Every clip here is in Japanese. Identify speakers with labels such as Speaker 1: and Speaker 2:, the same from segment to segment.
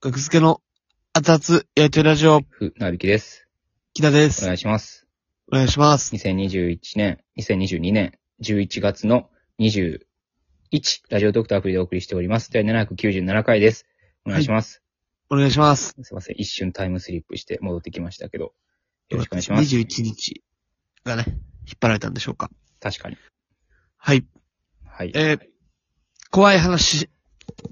Speaker 1: 学付けの熱々やりとりラジオ、
Speaker 2: ふ、なびきです。
Speaker 1: 木田で
Speaker 2: お
Speaker 1: す。
Speaker 2: 願いします。
Speaker 1: お願いします。
Speaker 2: 2021年、2022年11月の21、ラジオドクターアプリでお送りしております。第797回です。お願いします。
Speaker 1: お願いします。
Speaker 2: すいません。一瞬タイムスリップして戻ってきましたけど。よろしくお願いします。
Speaker 1: 21日がね、引っ張られたんでしょうか。
Speaker 2: 確かに。
Speaker 1: はい。
Speaker 2: はい。
Speaker 1: えー怖い話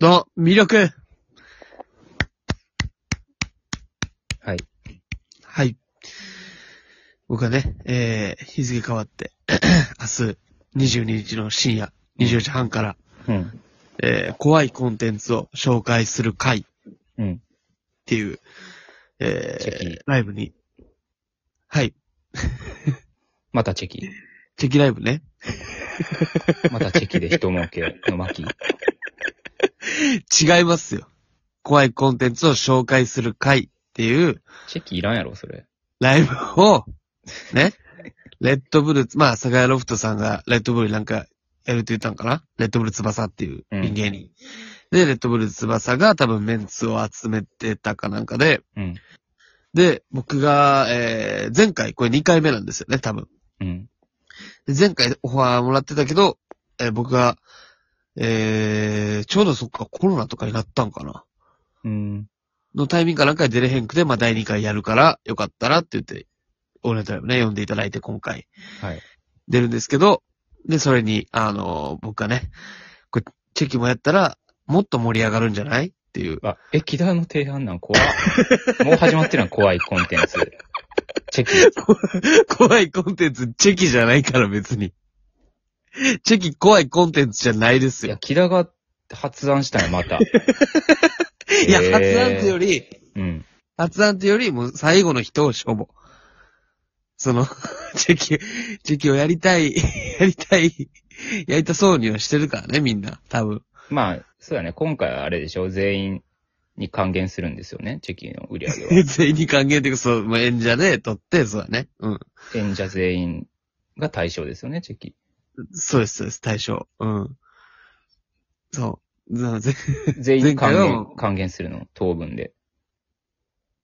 Speaker 1: の魅力。
Speaker 2: はい。
Speaker 1: はい。僕はね、えー日付変わって、 明日22日の深夜24時半から、
Speaker 2: うん。
Speaker 1: えー怖いコンテンツを紹介する会っ
Speaker 2: うん。
Speaker 1: ていう、え
Speaker 2: チェキ
Speaker 1: ー、ライブに、はい。
Speaker 2: またチェキ。
Speaker 1: チェキライブね。
Speaker 2: またチェキで人儲けの巻。
Speaker 1: 違いますよ。怖いコンテンツを紹介する会っていう
Speaker 2: チェキいらんやろ、それ。
Speaker 1: ライブを、ね、レッドブル、まあ、酒屋ロフトさんがレッドブルなんかやるって言ったんかなレッドブル翼っていう人間に。で、レッドブル翼が多分メンツを集めてたかなんかで、
Speaker 2: うん。
Speaker 1: で、僕が、えー、前回、これ2回目なんですよね、多分。
Speaker 2: うん。
Speaker 1: で前回オファーもらってたけど、えー僕が、えー、ちょうどそっかコロナとかになったんかな。
Speaker 2: うん。
Speaker 1: のタイミングかなんかで出れへんくて、まあ、第2回やるから、よかったらって言って、オールナイトライブね、読んでいただいて今回
Speaker 2: はい。
Speaker 1: 出るんですけど、で、それに、あのー僕がね、これ、チェキもやったら、もっと盛り上がるんじゃないっていう。
Speaker 2: あ、え、木田の提案なん怖っもう始まってるの怖いコンテンツ。チェキ。
Speaker 1: 怖いコンテンツ、チェキじゃないから別に。チェキ怖いコンテンツじゃないです
Speaker 2: いや、
Speaker 1: よ。
Speaker 2: 木田が発案したんや、ま た。
Speaker 1: いや、
Speaker 2: えー
Speaker 1: 発案ってより、
Speaker 2: うん。
Speaker 1: 発案ってより、もう最後の一押し、ほぼ。その、 チェキ、チェキをやりたい、 やりたい、やりたそうにはしてるからね、みんな。多分。
Speaker 2: まあ、そうだね。今回はあれでしょ全員に還元するんですよね。チェキの売り上 げは。
Speaker 1: 全員に還元っていうか、そう、まあ、演者で撮って、そうだね。うん。
Speaker 2: 演者全員が対象ですよね、チェキ。
Speaker 1: そうです、そうです、対象。うん。そう。 なぜ、
Speaker 2: 全員還
Speaker 1: 前回は
Speaker 2: 元、還元するの、当分で。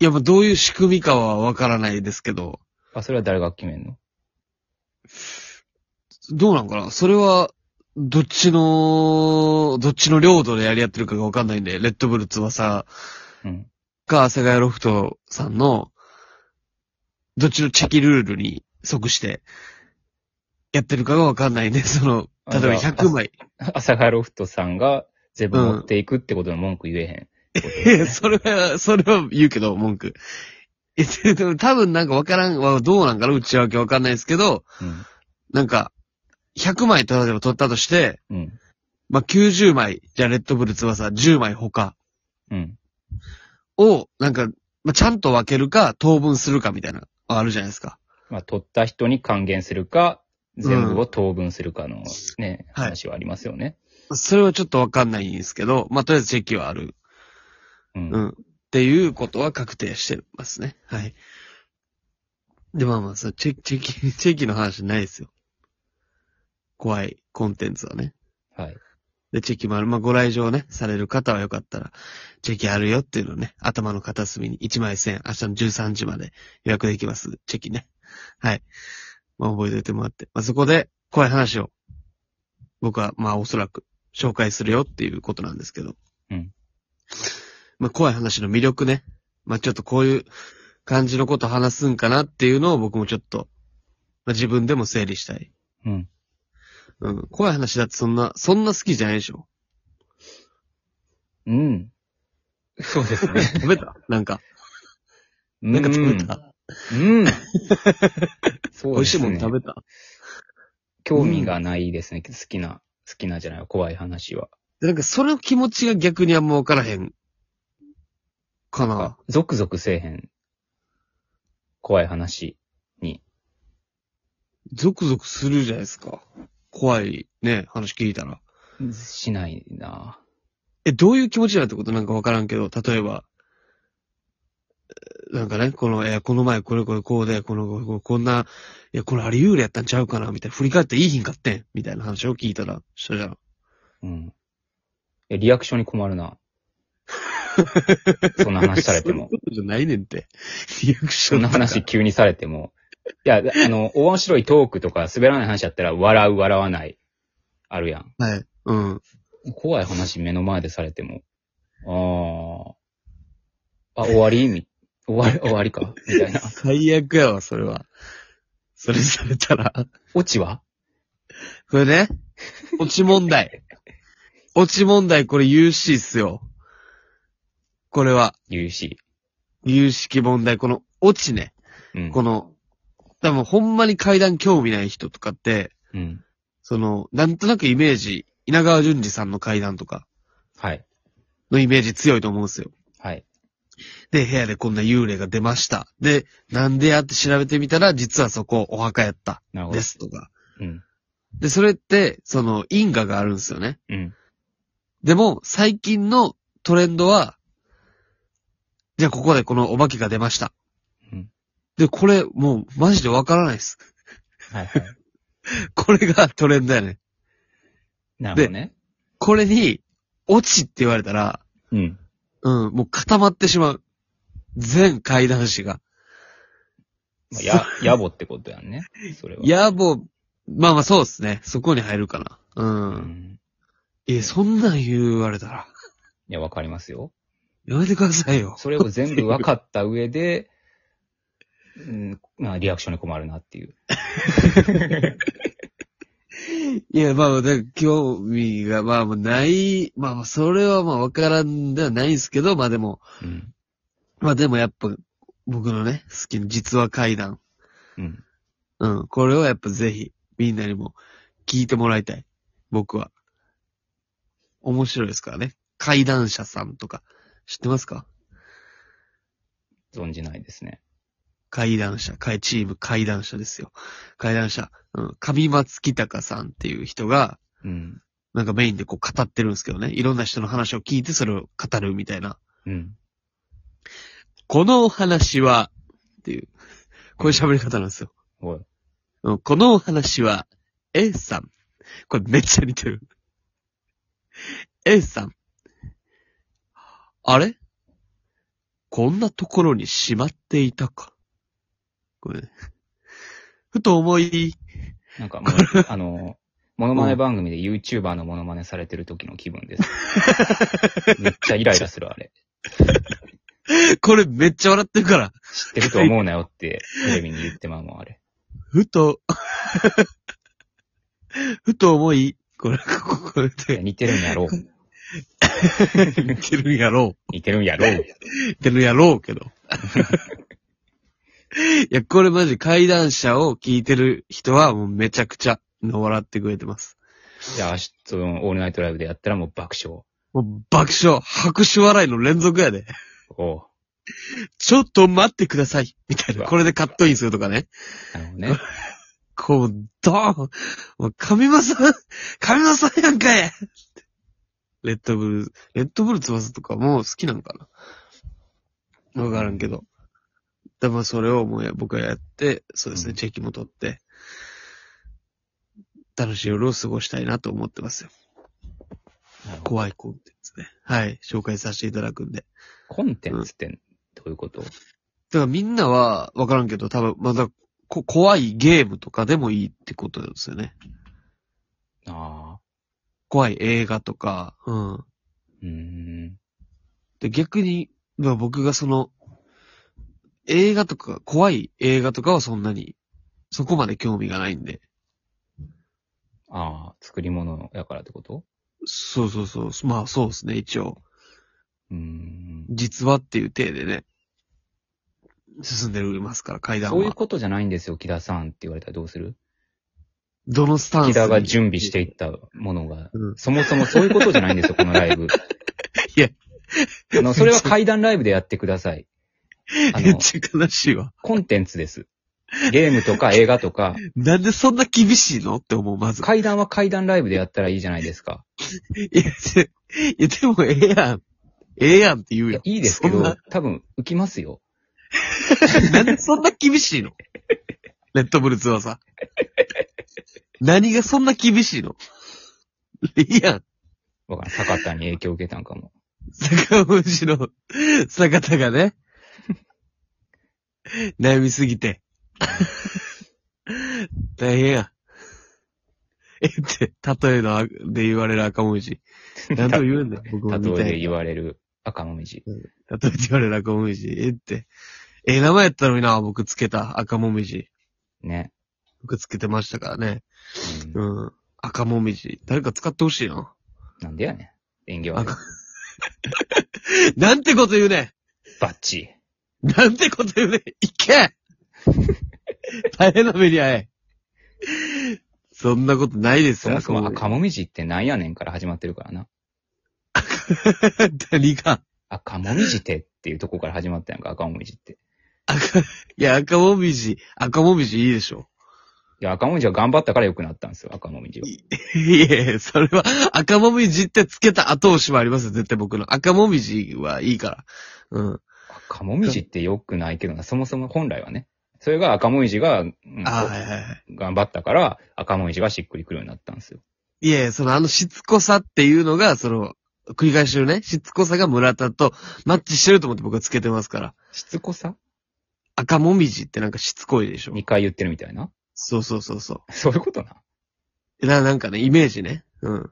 Speaker 1: いや、まあ、どういう仕組みかはわからないですけど、
Speaker 2: あ、それは誰が決めんの
Speaker 1: どうなんかなそれは、どっちの、どっちの領土でやり合ってるかがわかんないんで、レッドブル翼
Speaker 2: うん。
Speaker 1: か、阿佐ヶ谷ロフトさんの、どっちのチェキルールに即して、やってるかがわかんないね。 その、例えば
Speaker 2: あじゃあ
Speaker 1: 100枚。
Speaker 2: 阿佐ヶ谷ロフトさんが全部持っていくってことの文句言えへん。
Speaker 1: いやそれは、それは言うけど、文句。え、でも多分なんかわからん、わどうなんかな内訳わかんないですけど、なんか、100枚例えば取ったとして、
Speaker 2: うん。うん。
Speaker 1: まあ、90枚、じゃあレッドブル翼10枚他
Speaker 2: うん。
Speaker 1: を、なんか、まあ、ちゃんと分けるか、当分するかみたいな、あるじゃないですか。
Speaker 2: まあ、取った人に還元するか、全部を当分するかのね、
Speaker 1: はい
Speaker 2: 話はありますよね。
Speaker 1: それはちょっとわかんないんですけど、まあ、とりあえずチェキはある。
Speaker 2: うん
Speaker 1: うん。っていうことは確定してますね。はい。で、まあまあ、そう、チェキ、チェキ、チェキの話ないですよ。怖いコンテンツはね。
Speaker 2: はい。
Speaker 1: で、チェキもある。まあ、ご来場ね、される方はよかったら、チェキあるよっていうのをね、頭の片隅に1枚1000円、明日の13時まで予約できます。チェキね。はい。まあ、覚えておいてもらって。まあ、そこで、怖い話を、僕は、まあ、おそらく、紹介するよっていうことなんですけど。
Speaker 2: うん。
Speaker 1: まあ、怖い話の魅力ね。まあ、ちょっとこういう感じのこと話すんかなっていうのを僕もちょっと、まあ、自分でも整理したい。
Speaker 2: うん。
Speaker 1: うん。怖い話だってそんな、そんな好きじゃないでしょ。
Speaker 2: うん。そうですね。
Speaker 1: 食べたなんか、なんか食べた、
Speaker 2: うん。 うん。そう
Speaker 1: 美味しいも
Speaker 2: ね
Speaker 1: の食べた
Speaker 2: 興味がないですね。好きな、好きなじゃない、怖い話は。
Speaker 1: でなんかその気持ちが逆にあんま分からへん。かな。
Speaker 2: ゾクゾクせえへん。怖い話に。
Speaker 1: ゾクゾクするじゃないですか。怖いね、話聞いたら。
Speaker 2: しないな
Speaker 1: え、どういう気持ちなってことなんか分からんけど、例えば、えーなんかね、この、えーこの前これこれこうで、この、こここんな、いや、これあり有利やったんちゃうかな、みたいな。振り返っていい品買ってん、みたいな話を聞いたら、したじゃん。
Speaker 2: うん。え、リアクションに困るな。そんな話されて
Speaker 1: そんな。
Speaker 2: も
Speaker 1: ことじゃないねんって。リアクシ
Speaker 2: そ
Speaker 1: ョン
Speaker 2: んな話急にされても。いや、あの、面白いトークとか滑らない話やったら、笑う、笑わない、あるやん。
Speaker 1: はい。うん。
Speaker 2: 怖い話目の前でされても。ああ。あ、終わりみ終わり、終わりかみたいな。
Speaker 1: 最悪やわ、それは。それされたら。
Speaker 2: オチは
Speaker 1: これね、落ち問題。落ち問題、これ UC っすよ。これは、
Speaker 2: 言うし。
Speaker 1: 有識問題、この落ちね。
Speaker 2: うん。
Speaker 1: この、多分ほんまに階段興味ない人とかって、
Speaker 2: うん。
Speaker 1: その、なんとなくイメージ、稲川淳二さんの階段とか
Speaker 2: はい。
Speaker 1: のイメージ強いと思うんですよ。
Speaker 2: はい。
Speaker 1: で、部屋でこんな幽霊が出ました。で、なんでやって調べてみたら、実はそこお墓やった。
Speaker 2: なるほど
Speaker 1: で。すとか。
Speaker 2: うん。
Speaker 1: で、それって、その、因果があるんですよね。
Speaker 2: うん。
Speaker 1: でも、最近のトレンドは、じゃあここでこのお化けが出ました。
Speaker 2: うん
Speaker 1: で、これ、もう、マジでわからないです。
Speaker 2: はいはい。
Speaker 1: これが トレンドやね。
Speaker 2: なるほどね。
Speaker 1: これに、落ちって言われたら、
Speaker 2: うん。
Speaker 1: うん、もう固まってしまう。全怪談師が。
Speaker 2: まあ、や、野暮ってことやんね。それは。、
Speaker 1: 野暮、まあまあそうですね。そこに入るかな。う。
Speaker 2: うんん。
Speaker 1: え、そんなん言われたら、
Speaker 2: いや、わかりますよ。
Speaker 1: やめてくださいよ。
Speaker 2: それを全部分かった上で、うん、まあ、リアクションに困るなっていう。
Speaker 1: いや、まあ、だから興味が、まあ、ない、まあまあ、それはまあ、わからんではないんですけど、まあでも、
Speaker 2: うん。
Speaker 1: まあでもやっぱ、僕のね、好きな実話怪談。
Speaker 2: うん。
Speaker 1: うん。これをやっぱぜひ、みんなにも聞いてもらいたい。僕は。面白いですからね。怪談者さんとか、知ってますか
Speaker 2: 存じないですね。
Speaker 1: 怪談者、怪チーム怪談者ですよ。怪談者、うん。上松木隆さんっていう人が、
Speaker 2: うん。
Speaker 1: なんかメインでこう語ってるんですけどね。いろんな人の話を聞いてそれを語るみたいな。
Speaker 2: うん。
Speaker 1: このお話は、っていう。こういう喋り方なんですよ。
Speaker 2: おい。
Speaker 1: うんこのお話は、A さん。これめっちゃ似てる。A さん。あれこんなところにしまっていたか。これね。ふと思い、
Speaker 2: なんかもう、 あの、モノマネ番組で YouTuber のモノマネされてる時の気分です。めっちゃイライラする、あれ。
Speaker 1: これめっちゃ笑ってるから。
Speaker 2: 知ってると思うなよって、テレビに言ってまうもん、あれ。
Speaker 1: ふと、ふと思い、これ、ここれ
Speaker 2: い
Speaker 1: で
Speaker 2: や似てるんやろう。
Speaker 1: 似てるんやろ
Speaker 2: 似てるんやろう。
Speaker 1: う。似てるんやろうけど。 いや、これマジ怪談者を聞いてる人はもうめちゃくちゃ笑ってくれてます。
Speaker 2: いや、明日、そのオールナイトライブでやったらもう爆笑。
Speaker 1: もう爆笑、拍手笑いの連続やで。
Speaker 2: おう。
Speaker 1: ちょっと待ってください。みたいうな。
Speaker 2: わ
Speaker 1: これでカットインするとかね。
Speaker 2: なるほどね。
Speaker 1: こう、ドーンもう、神間さん、 神間さんやんかいレッドブル、レッドブル翼とかもう好きなんかなわからんけど。だまあそれをもうや僕はやって、そうですね、
Speaker 2: うん
Speaker 1: チェキも取って、楽しい夜を過ごしたいなと思ってますよ。
Speaker 2: なるほど
Speaker 1: 怖いコンテンツね。はい、紹介させていただくんで。
Speaker 2: コンテンツってどういうこと
Speaker 1: だからみんなはわからんけど、多分まだこ怖いゲームとかでもいいってことなんですよね。
Speaker 2: ああ。
Speaker 1: 怖い映画とか、うん。
Speaker 2: うーん。
Speaker 1: で、逆に、まあ僕がその、映画とか、怖い映画とかはそんなに、そこまで興味がないんで。
Speaker 2: ああ、作り物やからってこと
Speaker 1: そうそうそう。まあそうですね、一応。
Speaker 2: うーん。
Speaker 1: 実話っていう体でね、進んでるますから、階段
Speaker 2: そういう
Speaker 1: は。
Speaker 2: ことじゃないんですよ、木田さんって言われたらどうする
Speaker 1: どのスタンス
Speaker 2: 木
Speaker 1: に
Speaker 2: 田が準備していったものが、
Speaker 1: うん
Speaker 2: そもそもそういうことじゃな いんですよ、このライブ。
Speaker 1: いや。
Speaker 2: あの、それは階段ライブでやってくだ さい。あ
Speaker 1: めっ
Speaker 2: の、
Speaker 1: ちゃ悲しいわ。
Speaker 2: コンテンツです。ゲームとか映画とか、
Speaker 1: なんでそんな厳しいのって思う、まず。
Speaker 2: 階段は階段ライブでやったらいいじゃないですか。
Speaker 1: いや、でいやでもええやん。ええやんって言う
Speaker 2: いや
Speaker 1: よ。
Speaker 2: いいですけ
Speaker 1: そんな
Speaker 2: ど、多分浮きますよ。
Speaker 1: なんでそんな厳しいのレッドブル翼。何がそんな厳しいのいいやん。
Speaker 2: わからん。坂田に影響を受けたんかも。
Speaker 1: 坂本氏の坂田がね、悩みすぎて。大変や。えって、例えのあで言われる赤文字。何と言うんだよ、僕も
Speaker 2: 例
Speaker 1: 見た
Speaker 2: えで
Speaker 1: い。
Speaker 2: 言われる赤もみじ。
Speaker 1: 例えて言われる赤文字。えって。ええ名前やったのにな、僕つけた赤もみじ。
Speaker 2: ね。
Speaker 1: 僕つけてましたからね。
Speaker 2: うん
Speaker 1: うん。赤もみじ。誰か使ってほしいな。
Speaker 2: なんでやねん。演技は
Speaker 1: 赤。なんてこと言うねん
Speaker 2: バッチ
Speaker 1: なんてこと言うねんい け大変な目に遭え。そんなことないで
Speaker 2: リ。
Speaker 1: す
Speaker 2: そ
Speaker 1: よ。
Speaker 2: もそも赤もみじってなんやねんから始まってるからな。
Speaker 1: 何が
Speaker 2: 赤もみじてっていうとこから始まったやんか、赤もみじって。
Speaker 1: いや、赤もみじ、赤もみじいいでしょ。
Speaker 2: いや、赤もみじは頑張ったから良くなったんですよ、赤もみじは。
Speaker 1: いやいや、それは赤もみじってつけた後押しもありますよ、絶対僕の。赤もみじはいいから。うん。
Speaker 2: 赤もみじって良くないけどな、そもそも本来はね。それが赤もみじが、うん
Speaker 1: あはいはいはい。
Speaker 2: 頑張ったから、赤もみじがしっくりくるようになったんですよ。
Speaker 1: いやいや、そのあのしつこさっていうのが、その、繰り返してるね、しつこさが村田とマッチしてると思って僕はつけてますから。
Speaker 2: しつこさ
Speaker 1: 赤もみじってなんかしつこいでしょ。
Speaker 2: 二回言ってるみたいな。
Speaker 1: そうそうそうそう。
Speaker 2: そういうことな。
Speaker 1: な、なんかね、イメージね。うん。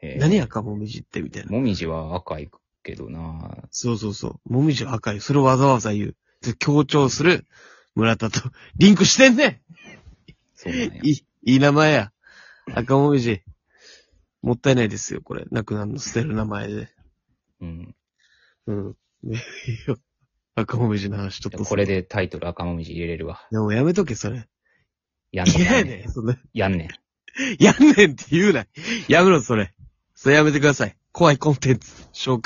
Speaker 2: えー
Speaker 1: 何赤もみじってみたいな。
Speaker 2: もみじは赤いけどな
Speaker 1: そうそうそう。もみじは赤い。それをわざわざ言う。で強調する村田とリンクしてんね
Speaker 2: そうなんや
Speaker 1: ん。いい、いい名前や。赤もみじ。もったいないですよ、これ。なくなるの捨てる名前で。
Speaker 2: うん。
Speaker 1: うん。いや赤もみじの話ちょっと
Speaker 2: これ。でタイトル赤もみじ入れれるわ。
Speaker 1: でもやめとけ、それ。
Speaker 2: やんねん。
Speaker 1: いやや
Speaker 2: やん
Speaker 1: ね
Speaker 2: ね。
Speaker 1: ん。そんなん
Speaker 2: やんねん。
Speaker 1: やんねんって言うな。やめろ、それ。それやめてください。怖いコンテンツ。紹介。